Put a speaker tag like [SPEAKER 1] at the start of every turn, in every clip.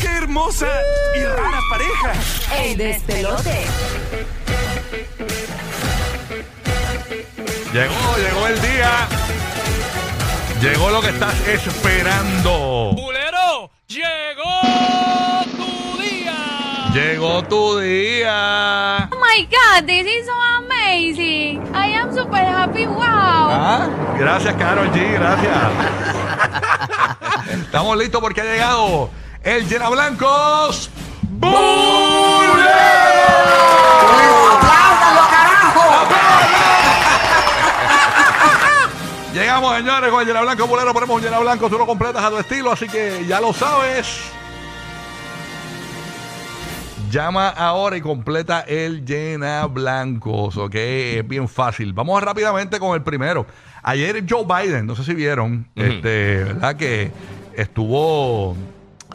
[SPEAKER 1] ¡Qué hermosa y rara pareja!
[SPEAKER 2] ¡Ey, despelote!
[SPEAKER 1] Llegó, llegó el día. Llegó lo que estás esperando.
[SPEAKER 3] ¡Bulero! ¡Llegó tu día!
[SPEAKER 1] Llegó tu día.
[SPEAKER 2] Oh my god, this is so amazing. I am super happy, wow.
[SPEAKER 1] Ah, Gracias, Carol G, gracias. Estamos listos porque ha llegado el Llena Blancos. Llegamos, señores, con el Llena Blanco Bulero. Ponemos un Llena Blanco, tú lo completas a tu estilo, así que ya lo sabes. Llama ahora y completa el llena blancos, ¿ok? Es bien fácil. Vamos rápidamente con el primero. Ayer Joe Biden, no sé si vieron, este, ¿verdad? Que estuvo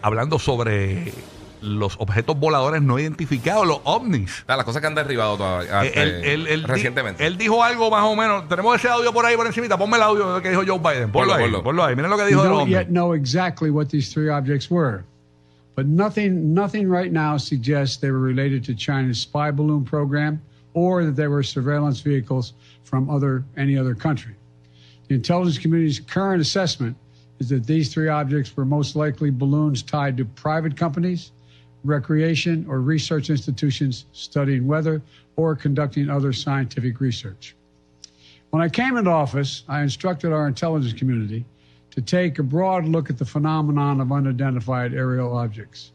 [SPEAKER 1] hablando sobre los objetos voladores no identificados, los ovnis.
[SPEAKER 4] Ah, las cosas que han derribado todavía.
[SPEAKER 1] Él, él- él- él di-
[SPEAKER 4] Ah, recientemente.
[SPEAKER 1] él dijo algo más o menos. Tenemos ese audio por ahí por encimita. Ponme el audio que dijo Joe Biden. Ponlo,
[SPEAKER 4] Ponlo,
[SPEAKER 1] ahí. Ponlo.
[SPEAKER 4] ponlo.
[SPEAKER 1] ahí. Miren lo que
[SPEAKER 5] We
[SPEAKER 1] dijo de los
[SPEAKER 5] don't
[SPEAKER 1] ovnis.
[SPEAKER 5] yet know exactly what these three objects were, but nothing, nothing right now suggests they were related to China's spy balloon program or that they were surveillance vehicles from other, any other country. The intelligence community's current assessment is that these three objects were most likely balloons tied to private companies, recreation, or research institutions studying weather or conducting other scientific research. When I came into office, I instructed our intelligence community to take a broad look at the phenomenon of unidentified aerial objects.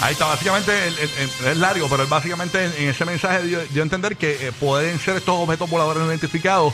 [SPEAKER 1] Ahí está, básicamente el- el- el- es largo, pero él básicamente en, en ese mensaje dio, dio a entender que eh, pueden ser estos objetos voladores no identificados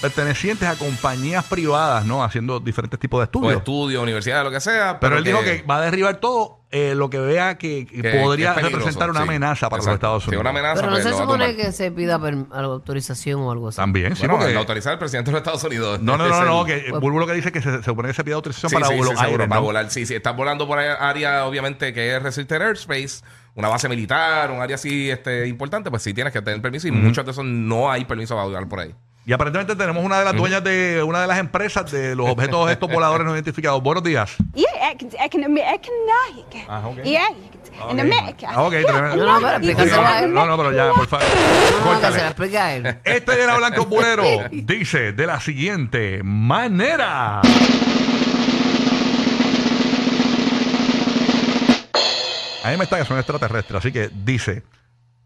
[SPEAKER 1] pertenecientes a compañías privadas, ¿no? Haciendo diferentes tipos de
[SPEAKER 4] O
[SPEAKER 1] estudios.
[SPEAKER 4] estudio, universidad, lo Pues que sea.
[SPEAKER 1] pero él dijo que va a derribar todo eh, lo que vea que, que
[SPEAKER 4] que
[SPEAKER 1] podría
[SPEAKER 4] es peligroso,
[SPEAKER 1] representar una
[SPEAKER 4] sí.
[SPEAKER 1] amenaza para los
[SPEAKER 4] Exacto.
[SPEAKER 1] Estados
[SPEAKER 4] Sí,
[SPEAKER 1] Unidos.
[SPEAKER 4] una amenaza.
[SPEAKER 6] Pero no
[SPEAKER 4] pues,
[SPEAKER 6] se
[SPEAKER 4] lo va a
[SPEAKER 6] supone
[SPEAKER 4] tomar.
[SPEAKER 6] que se pida per- algo- autorización o algo así.
[SPEAKER 1] También, sí,
[SPEAKER 4] Bueno,
[SPEAKER 1] porque...
[SPEAKER 4] al autorizar el presidente de los Estados Unidos.
[SPEAKER 1] No, no,
[SPEAKER 4] Este
[SPEAKER 1] no,
[SPEAKER 4] es
[SPEAKER 1] no,
[SPEAKER 4] el-
[SPEAKER 1] que el Bulbo lo que dice es que se, se supone que se pide autorización
[SPEAKER 4] Sí,
[SPEAKER 1] para
[SPEAKER 4] sí, sí,
[SPEAKER 1] volar
[SPEAKER 4] seguro,
[SPEAKER 1] aires,
[SPEAKER 4] para
[SPEAKER 1] ¿no?
[SPEAKER 4] volar. Sí, sí, estás volando por ahí, área, obviamente, que es Restricted Airspace, una base militar, un área así este, importante, pues sí tienes que tener permiso y muchos de esos no hay permiso para volar por ahí.
[SPEAKER 1] Y aparentemente tenemos una de las dueñas de una de las empresas de los objetos estos voladores no identificados. Buenos días.
[SPEAKER 7] Yeah, I can, I can, I can, now he can.
[SPEAKER 1] Ah, okay.
[SPEAKER 7] Yeah, he can. In
[SPEAKER 1] Ok.
[SPEAKER 7] America.
[SPEAKER 1] Ah, ok, tremendo.
[SPEAKER 7] Yeah,
[SPEAKER 6] No, no, pero
[SPEAKER 7] he
[SPEAKER 6] explícaselo
[SPEAKER 7] can.
[SPEAKER 6] a él.
[SPEAKER 1] No, no, pero ya, por favor.
[SPEAKER 6] No, no, que se Ah, la
[SPEAKER 1] Córtale.
[SPEAKER 6] explique a él.
[SPEAKER 1] Este llena blanco burero dice de la siguiente manera. A mí me está que son extraterrestres, así que dice,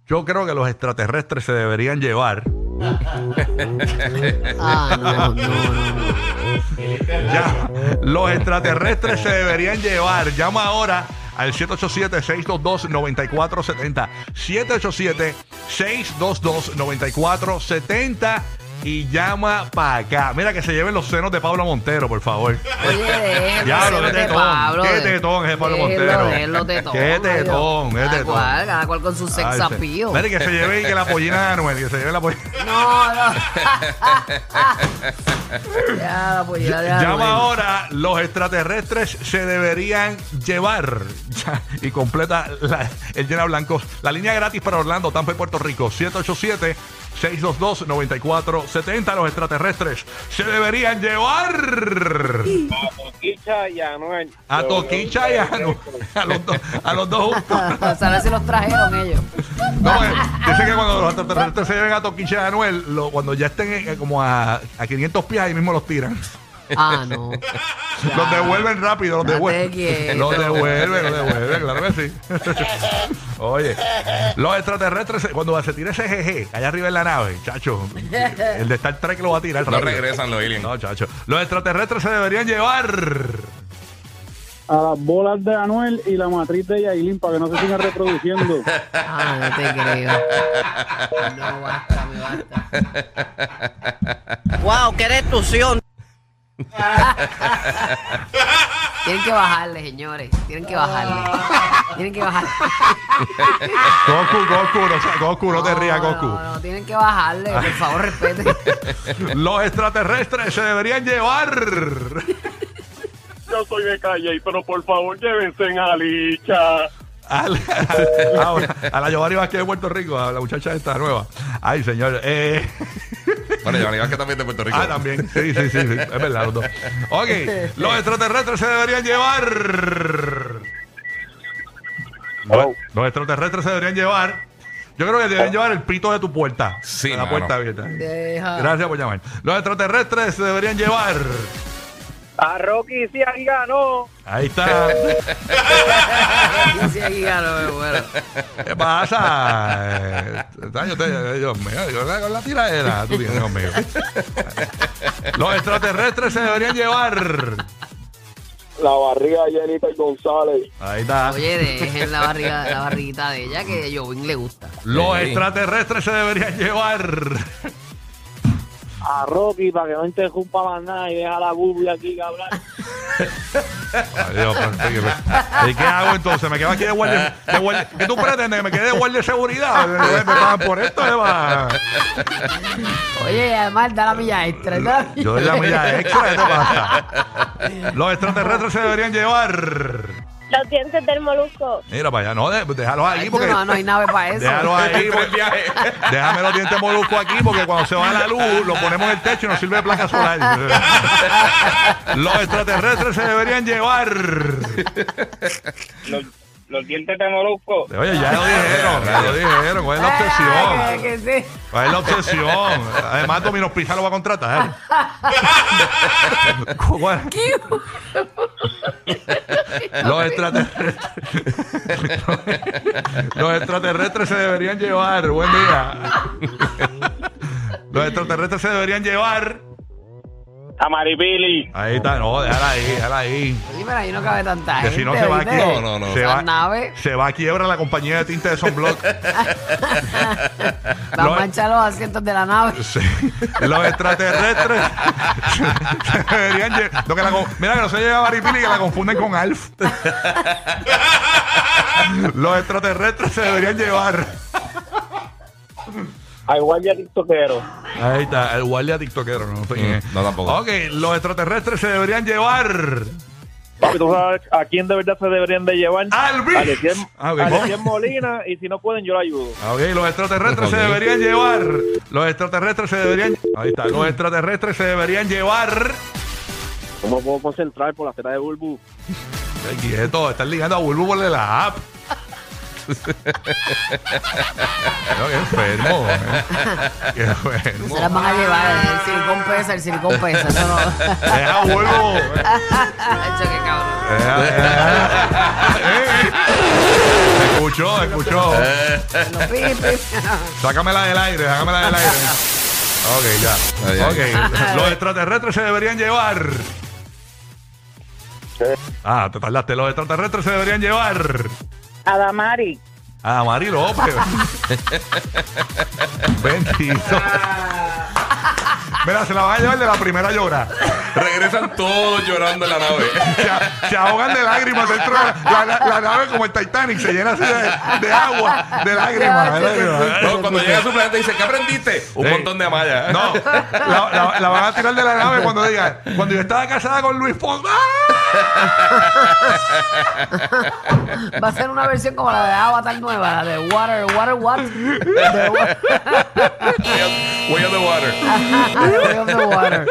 [SPEAKER 1] yo creo que los extraterrestres se deberían llevar
[SPEAKER 6] Ah, no, no, no.
[SPEAKER 1] Ya, los extraterrestres se deberían llevar. Llama ahora al 787-622-9470. 787-622-9470 y llama para acá. Mira que se lleven los senos de Pablo Montero, por favor.
[SPEAKER 6] Oye, déjelo.
[SPEAKER 1] Diablo,
[SPEAKER 6] ese
[SPEAKER 1] qué tetón,
[SPEAKER 6] Pablo,
[SPEAKER 1] qué
[SPEAKER 6] de-
[SPEAKER 1] tetón ese Pablo
[SPEAKER 6] déjelo,
[SPEAKER 1] Montero.
[SPEAKER 6] déjelo, tetón,
[SPEAKER 1] Qué
[SPEAKER 6] ay, Dios.
[SPEAKER 1] tetón, qué
[SPEAKER 6] Cada
[SPEAKER 1] tetón.
[SPEAKER 6] cual, cada cual con su sex
[SPEAKER 1] Ay, sí.
[SPEAKER 6] appeal.
[SPEAKER 1] Ah, Mira que se lleven y que la pollina de Anuel, que se lleven la pollina.
[SPEAKER 6] No, no. ya, pues ya, ya.
[SPEAKER 1] Llama
[SPEAKER 6] bueno.
[SPEAKER 1] ahora, los extraterrestres se deberían llevar. y completa la- el llena blancos. La línea gratis para Orlando, Tampa y Puerto Rico. 787-622-9470. Los extraterrestres se deberían llevar.
[SPEAKER 8] Toquicha y Anuel.
[SPEAKER 1] A Toquicha y a, Anu- a los, dos- a los dos juntos.
[SPEAKER 6] Ojalá se los trajeron ellos.
[SPEAKER 1] No, eh, dice que cuando los extraterrestres se lleven a Toquicha y a Anuel, lo- cuando ya estén eh, como a, a 500 pies, ahí mismo los tiran.
[SPEAKER 6] Ah, no.
[SPEAKER 1] Los devuelven rápido, los
[SPEAKER 6] Date
[SPEAKER 1] devuelven.
[SPEAKER 6] quieto.
[SPEAKER 1] Los devuelven, los devuelven, claro que sí. Oye, los extraterrestres, cuando se tira ese jeje allá arriba en la nave, chacho, el de Star Trek lo va a tirar.
[SPEAKER 4] No
[SPEAKER 1] rápido.
[SPEAKER 4] regresan los aliens.
[SPEAKER 1] No, chacho. Los extraterrestres se deberían llevar.
[SPEAKER 8] A las Ah, bolas de Anuel y la matriz de Yailin para que no se sigan reproduciendo.
[SPEAKER 6] Ah, no te creo. No, basta, me basta.
[SPEAKER 9] ¡Wow! ¡Qué destrucción!
[SPEAKER 6] Tienen que bajarle, señores. Tienen que bajarle. Tienen que bajarle.
[SPEAKER 1] Goku, Goku, no, Goku, no te rías, Goku.
[SPEAKER 6] No, no, tienen que bajarle. Por favor, respeten.
[SPEAKER 1] Los extraterrestres se deberían llevar.
[SPEAKER 8] Yo soy de calle, pero por favor llévense a Licha.
[SPEAKER 1] Al, al- ahora, a la Giovanni Vázquez de Puerto Rico, a la muchacha esta nueva. Ay, señor. Eh,
[SPEAKER 4] Bueno, Giovanni Vázquez también de Puerto Rico.
[SPEAKER 1] ah, también. Sí, sí, sí, sí. Es verdad, los dos. Ok, los extraterrestres se deberían llevar.
[SPEAKER 8] Hello.
[SPEAKER 1] Los extraterrestres se deberían llevar. Yo creo que deberían llevar el pito de tu puerta.
[SPEAKER 4] Oh. Sí,
[SPEAKER 1] De la
[SPEAKER 4] mano.
[SPEAKER 1] puerta abierta.
[SPEAKER 6] Deja.
[SPEAKER 1] Gracias por llamar. Los extraterrestres se deberían llevar.
[SPEAKER 8] A Rocky sí ganó.
[SPEAKER 1] Ahí está.
[SPEAKER 6] Dice aquí, claro, me muero.
[SPEAKER 1] ¿Qué pasa? Eh, Yo te, Dios mío, yo la, la tiradera, tú tienes, Dios mío. Los extraterrestres se deberían llevar.
[SPEAKER 8] La barriga de Jennifer González.
[SPEAKER 1] Ahí está.
[SPEAKER 6] Oye, dejen la, barriga, la barriguita de ella que a Jovin le gusta.
[SPEAKER 1] Los
[SPEAKER 4] Sí.
[SPEAKER 1] extraterrestres se deberían llevar.
[SPEAKER 8] A Rocky para que no interrumpa más nada y deja la bubia aquí que hablar.
[SPEAKER 1] Ay, Dios, pero, sí, pero, ¿Y qué hago entonces? ¿Me quedo aquí de guardia? De guardia- ¿Qué tú pretendes? ¿Que me quede de guardia de seguridad? ¿Me pagan por esto? Eva?
[SPEAKER 6] Oye, además, da la milla extra. Da la
[SPEAKER 1] Yo doy la milla extra. ¿Qué te pasa? Los extraterrestres se deberían llevar.
[SPEAKER 7] Los dientes del molusco.
[SPEAKER 1] Mira para allá. No, de- déjalos ahí
[SPEAKER 6] No,
[SPEAKER 1] porque...
[SPEAKER 6] no, no hay nave para eso.
[SPEAKER 1] Déjalo ahí,
[SPEAKER 4] Tres
[SPEAKER 1] porque-
[SPEAKER 4] viajes.
[SPEAKER 1] déjame los dientes molusco aquí porque cuando se va la luz lo ponemos en el techo y nos sirve de placa solar. los extraterrestres se deberían llevar.
[SPEAKER 8] Los, dientes de molusco.
[SPEAKER 1] Oye, ya lo dijeron, ya lo dijeron. ¿Cuál es la
[SPEAKER 6] Ah,
[SPEAKER 1] obsesión?
[SPEAKER 6] que- que sí.
[SPEAKER 1] ¿Cuál es la obsesión? Además, Domino's Pizza lo va a contratar. ¿Cuál? Los extraterrestres. Los extraterrestres se deberían llevar. Buen día. Los extraterrestres se deberían llevar.
[SPEAKER 8] A Maripili.
[SPEAKER 1] Ahí está, no, déjala ahí, déjala ahí.
[SPEAKER 6] Sí, pero ahí no cabe tanta
[SPEAKER 1] Que
[SPEAKER 6] gente.
[SPEAKER 1] si no se va a
[SPEAKER 6] ¿oíste?
[SPEAKER 1] quiebrar.
[SPEAKER 4] No, no, no.
[SPEAKER 1] Se
[SPEAKER 6] Esa
[SPEAKER 1] va,
[SPEAKER 6] nave.
[SPEAKER 1] se va a quiebra la compañía de tinte de Sunblock.
[SPEAKER 6] Van
[SPEAKER 1] Los-
[SPEAKER 6] a manchar los asientos de la nave.
[SPEAKER 1] Sí. Los extraterrestres se deberían lle- lo que la con- Mira que no se lleva a Baripili que la confunden con Alf. Los extraterrestres se deberían llevar.
[SPEAKER 8] A igual de tiktokero.
[SPEAKER 1] Ahí está, el guardia tiktokero. No, sé quién es.
[SPEAKER 4] Mm, no, tampoco.
[SPEAKER 1] Ok, los extraterrestres se deberían llevar.
[SPEAKER 8] Papi, ¿tú sabes a quién de verdad se deberían de llevar?
[SPEAKER 1] ¡Al Biff!
[SPEAKER 8] A Letién-
[SPEAKER 1] Ah, ok,
[SPEAKER 8] a
[SPEAKER 1] ¿cómo?
[SPEAKER 8] Letién Molina y si no pueden yo la ayudo.
[SPEAKER 1] Ok, los extraterrestres se
[SPEAKER 4] Ok.
[SPEAKER 1] deberían llevar. Los extraterrestres se deberían. Ahí está, los extraterrestres se deberían llevar.
[SPEAKER 8] ¿Cómo puedo concentrar por la tela de Bulbu?
[SPEAKER 1] Ay, Quieto, están ligando a Bulbu por la app. Pero qué enfermo. ¿eh? Qué enfermo.
[SPEAKER 6] Se las van a llevar. El silicón pesa, el silicón pesa. Eso no.
[SPEAKER 1] Deja a Bulbu.
[SPEAKER 6] Eso qué cabrón.
[SPEAKER 1] Deja- deja- Eh, Escuchó, escuchó.
[SPEAKER 6] Los pi, pi.
[SPEAKER 1] Sácamela del aire, sácamela del aire. Ok,
[SPEAKER 4] Ay,
[SPEAKER 1] ya.
[SPEAKER 4] ay.
[SPEAKER 1] Ok, los extraterrestres se deberían llevar. Ah, te tardaste. Los extraterrestres se deberían llevar.
[SPEAKER 7] Adamari.
[SPEAKER 1] A Mari López. Bendito. Mira, se la van a llevar de la primera llora.
[SPEAKER 4] Regresan todos llorando en la nave.
[SPEAKER 1] Se, a- se ahogan de lágrimas dentro de la, la- la nave como el Titanic, se llena así de, de agua, de lágrimas. de lágrimas.
[SPEAKER 4] No, cuando llega a su planeta dice, ¿qué aprendiste? Un
[SPEAKER 1] Sí.
[SPEAKER 4] montón de amallas.
[SPEAKER 1] No, la, la- la van a tirar de la nave cuando digan, cuando yo estaba casada con Luis Fonsi. ¡Ah!
[SPEAKER 6] Va a ser una versión como la de Avatar nueva, la de Water, Water, What? De wa-
[SPEAKER 4] Way of the water.
[SPEAKER 6] The Way of the Water.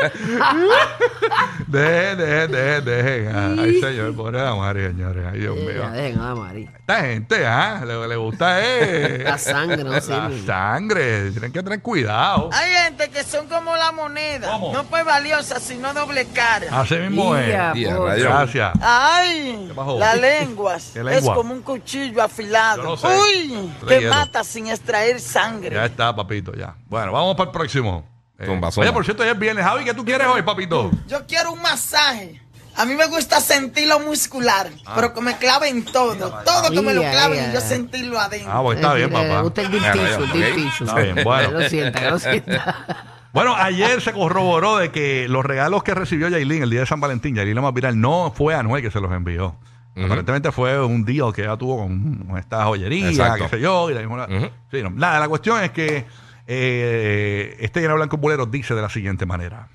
[SPEAKER 1] Dejen, dejen, dejen, dejen. Ay, señor, pobre de Mari, señores. Ay, Dios
[SPEAKER 6] Ya,
[SPEAKER 1] mío.
[SPEAKER 6] dejen a María.
[SPEAKER 1] Esta gente, ¿ah? Le, le gusta eh,
[SPEAKER 6] La sangre, no
[SPEAKER 1] La
[SPEAKER 6] sirve.
[SPEAKER 1] sangre, tienen que tener cuidado.
[SPEAKER 9] Hay gente que son como la moneda,
[SPEAKER 1] ¿Cómo? Ah.
[SPEAKER 9] no pues valiosa, sino doble cara.
[SPEAKER 1] Así mismo es.
[SPEAKER 6] Ya,
[SPEAKER 4] Tía,
[SPEAKER 6] por-
[SPEAKER 4] rayo.
[SPEAKER 1] Gracias.
[SPEAKER 9] Ay,
[SPEAKER 1] pasó?
[SPEAKER 9] las lenguas
[SPEAKER 1] ¿Qué lengua?
[SPEAKER 9] es como un cuchillo
[SPEAKER 1] Yo lo
[SPEAKER 9] afilado.
[SPEAKER 1] sé.
[SPEAKER 9] Uy,
[SPEAKER 1] Estoy
[SPEAKER 9] que
[SPEAKER 1] leyendo.
[SPEAKER 9] mata sin extraer sangre.
[SPEAKER 1] Ya está, papito, ya. Bueno, vamos para el próximo. Eh,
[SPEAKER 4] Zumba, zumba.
[SPEAKER 1] oye, por cierto, hoy es viernes. Javi, ¿qué tú quieres hoy, papito?
[SPEAKER 9] Yo quiero un masaje. A mí me gusta sentirlo muscular,
[SPEAKER 1] Ah.
[SPEAKER 9] pero que me claven todo, todo que me lo
[SPEAKER 6] Mira,
[SPEAKER 9] claven
[SPEAKER 6] mira.
[SPEAKER 9] y yo sentirlo adentro.
[SPEAKER 1] Ah, pues está
[SPEAKER 6] Es
[SPEAKER 1] bien,
[SPEAKER 6] decir, eh,
[SPEAKER 1] papá.
[SPEAKER 6] Usted el deep
[SPEAKER 4] Mira,
[SPEAKER 6] tissue,
[SPEAKER 4] ok.
[SPEAKER 6] deep tissue.
[SPEAKER 1] Está bien, bueno.
[SPEAKER 6] Que Lo sienta, que lo sienta.
[SPEAKER 1] Bueno, ayer se corroboró de que los regalos que recibió Yailin el día de San Valentín, Yailin la más viral, no fue Anuel que se los envió. Aparentemente fue un deal que ella tuvo con, con esta joyería,
[SPEAKER 4] Exacto.
[SPEAKER 1] qué sé yo. Y la, misma-
[SPEAKER 4] Ujú.
[SPEAKER 1] Sí, no. Nada, la cuestión es que eh, este lleno blanco bolero dice de la siguiente manera.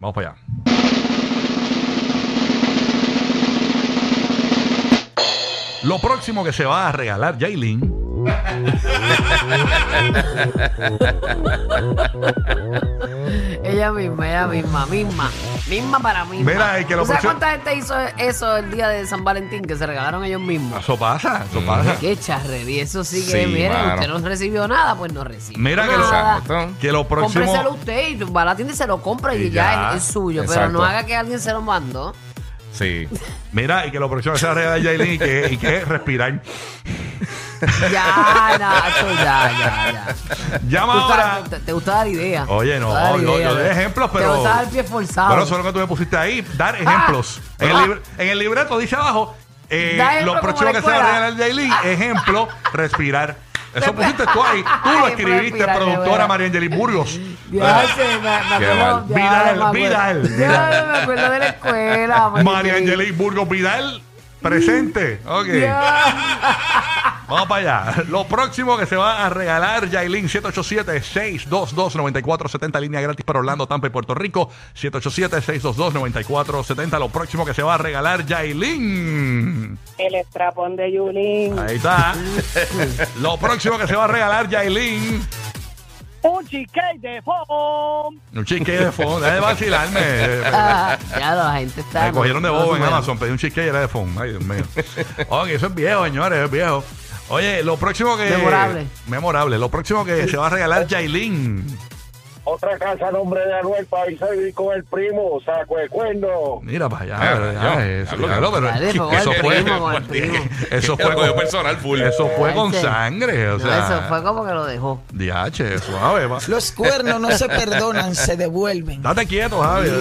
[SPEAKER 1] Vamos para allá. Lo próximo que se va a regalar Jailin
[SPEAKER 6] Ella misma, ella misma, misma. Misma para mí.
[SPEAKER 1] Mira, el que lo
[SPEAKER 6] ¿Sabes
[SPEAKER 1] puso-
[SPEAKER 6] cuánta gente hizo eso el día de San Valentín que se regalaron ellos mismos?
[SPEAKER 1] Eso pasa, eso pasa.
[SPEAKER 6] Qué charrería, eso sí
[SPEAKER 4] Sí,
[SPEAKER 6] que, mire,
[SPEAKER 4] mano.
[SPEAKER 6] usted no recibió nada, pues no recibió.
[SPEAKER 1] Mira que lo-
[SPEAKER 6] nada.
[SPEAKER 4] Exacto.
[SPEAKER 1] Que lo próximo.
[SPEAKER 6] Cómpreselo usted y va a la tienda y se lo compra y,
[SPEAKER 1] Y
[SPEAKER 6] ya,
[SPEAKER 1] ya.
[SPEAKER 6] es, es suyo. Pero
[SPEAKER 4] Exacto.
[SPEAKER 6] no haga que alguien se lo mandó.
[SPEAKER 4] Sí.
[SPEAKER 1] Mira, y que lo próximo que se va a regalar Jailin y que, y que es respirar.
[SPEAKER 6] Ya, Nacho, Ah, ya, ya, ya.
[SPEAKER 1] Llama
[SPEAKER 6] Tú
[SPEAKER 1] ahora.
[SPEAKER 6] sabes, te, te gusta dar ideas.
[SPEAKER 1] Oye, no,
[SPEAKER 6] Te gusta dar
[SPEAKER 1] yo,
[SPEAKER 6] ideas,
[SPEAKER 1] yo doy
[SPEAKER 6] ¿verdad?
[SPEAKER 1] ejemplos, pero.
[SPEAKER 6] Te gusta dar el pie forzado.
[SPEAKER 1] Pero eso es lo que tú me pusiste ahí, dar ejemplos. En, el libr- en el libreto dice abajo, eh,
[SPEAKER 6] Ah. Da ejemplo
[SPEAKER 1] lo próximo
[SPEAKER 6] como la
[SPEAKER 1] que se va a
[SPEAKER 6] escuela. Ah.
[SPEAKER 1] regalar Yailin, ejemplo, respirar. Eso pusiste tú ahí. Tú lo
[SPEAKER 6] Ay,
[SPEAKER 1] escribiste,
[SPEAKER 6] respirar, qué
[SPEAKER 1] productora
[SPEAKER 6] bueno.
[SPEAKER 1] María Angelis Burgos.
[SPEAKER 6] Ya sé, me, me
[SPEAKER 4] Qué
[SPEAKER 1] Ah.
[SPEAKER 6] acuerdo,
[SPEAKER 1] mal.
[SPEAKER 6] ya
[SPEAKER 1] Vidal,
[SPEAKER 6] me acuerdo.
[SPEAKER 1] Vidal,
[SPEAKER 6] Ya me acuerdo de la escuela.
[SPEAKER 1] María Angelis Burgos Vidal, presente. Ok. Vamos para allá. Lo próximo que se va a regalar, Yailin, 787-622-9470, línea gratis para Orlando, Tampa y Puerto Rico. 787-622-9470. Lo próximo que se va a regalar, Yailin.
[SPEAKER 7] El estrapón de Yulín.
[SPEAKER 1] Ahí está. Lo próximo que se va a regalar, Yailin.
[SPEAKER 8] Un cheesecake de foam.
[SPEAKER 1] Un cheesecake de fondo. Deja de vacilarme.
[SPEAKER 6] Ah, ya la gente está.
[SPEAKER 1] Me cogieron de
[SPEAKER 6] no,
[SPEAKER 1] bobo en
[SPEAKER 6] bueno.
[SPEAKER 1] Amazon. Pedí un cheesecake y era de fondo. Ay, Dios mío. Oye, eso es viejo, señores. Es viejo. Oye, lo próximo que.
[SPEAKER 6] Memorable.
[SPEAKER 1] Memorable. Lo próximo que se va a regalar, Yailin.
[SPEAKER 8] Otra casa a nombre de Anuel para irse con el primo, saco de cuerno.
[SPEAKER 1] Mira para allá.
[SPEAKER 4] Ah,
[SPEAKER 1] pero ya,
[SPEAKER 4] yo,
[SPEAKER 1] eso,
[SPEAKER 4] hablo yo.
[SPEAKER 1] claro, pero-
[SPEAKER 6] Dale, por favor,
[SPEAKER 1] eso
[SPEAKER 6] el
[SPEAKER 4] Pues,
[SPEAKER 1] fue.
[SPEAKER 6] primo, con el primo.
[SPEAKER 1] Eso fue.
[SPEAKER 4] Cogió
[SPEAKER 1] con-
[SPEAKER 4] personal full.
[SPEAKER 1] Eso fue con
[SPEAKER 6] Ay, sí.
[SPEAKER 1] sangre. O
[SPEAKER 6] No,
[SPEAKER 1] sea,
[SPEAKER 6] eso fue como que lo dejó.
[SPEAKER 1] DH, suave. va.
[SPEAKER 9] Los cuernos no se perdonan, se devuelven.
[SPEAKER 1] Date quieto, Javi.
[SPEAKER 6] Ya,
[SPEAKER 1] Ok.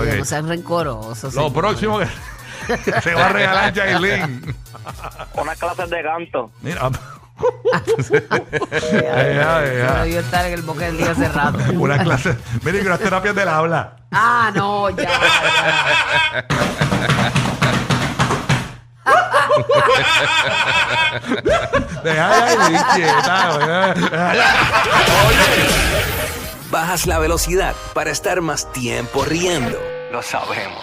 [SPEAKER 6] rayos, No sean rencorosos.
[SPEAKER 1] Lo
[SPEAKER 6] señores.
[SPEAKER 1] próximo que se va a regalar Jailin.
[SPEAKER 8] Una clase de canto.
[SPEAKER 1] Mira. Ay, ay,
[SPEAKER 6] Pero
[SPEAKER 1] ay.
[SPEAKER 6] yo estar en el boque del día hace rato.
[SPEAKER 1] Una clase. Miren, unas terapias del habla.
[SPEAKER 6] Ah, no, ya. ya.
[SPEAKER 1] Deja de ahí, quieta, ¿verdad?
[SPEAKER 10] Bajas la velocidad para estar más tiempo riendo. Lo sabemos.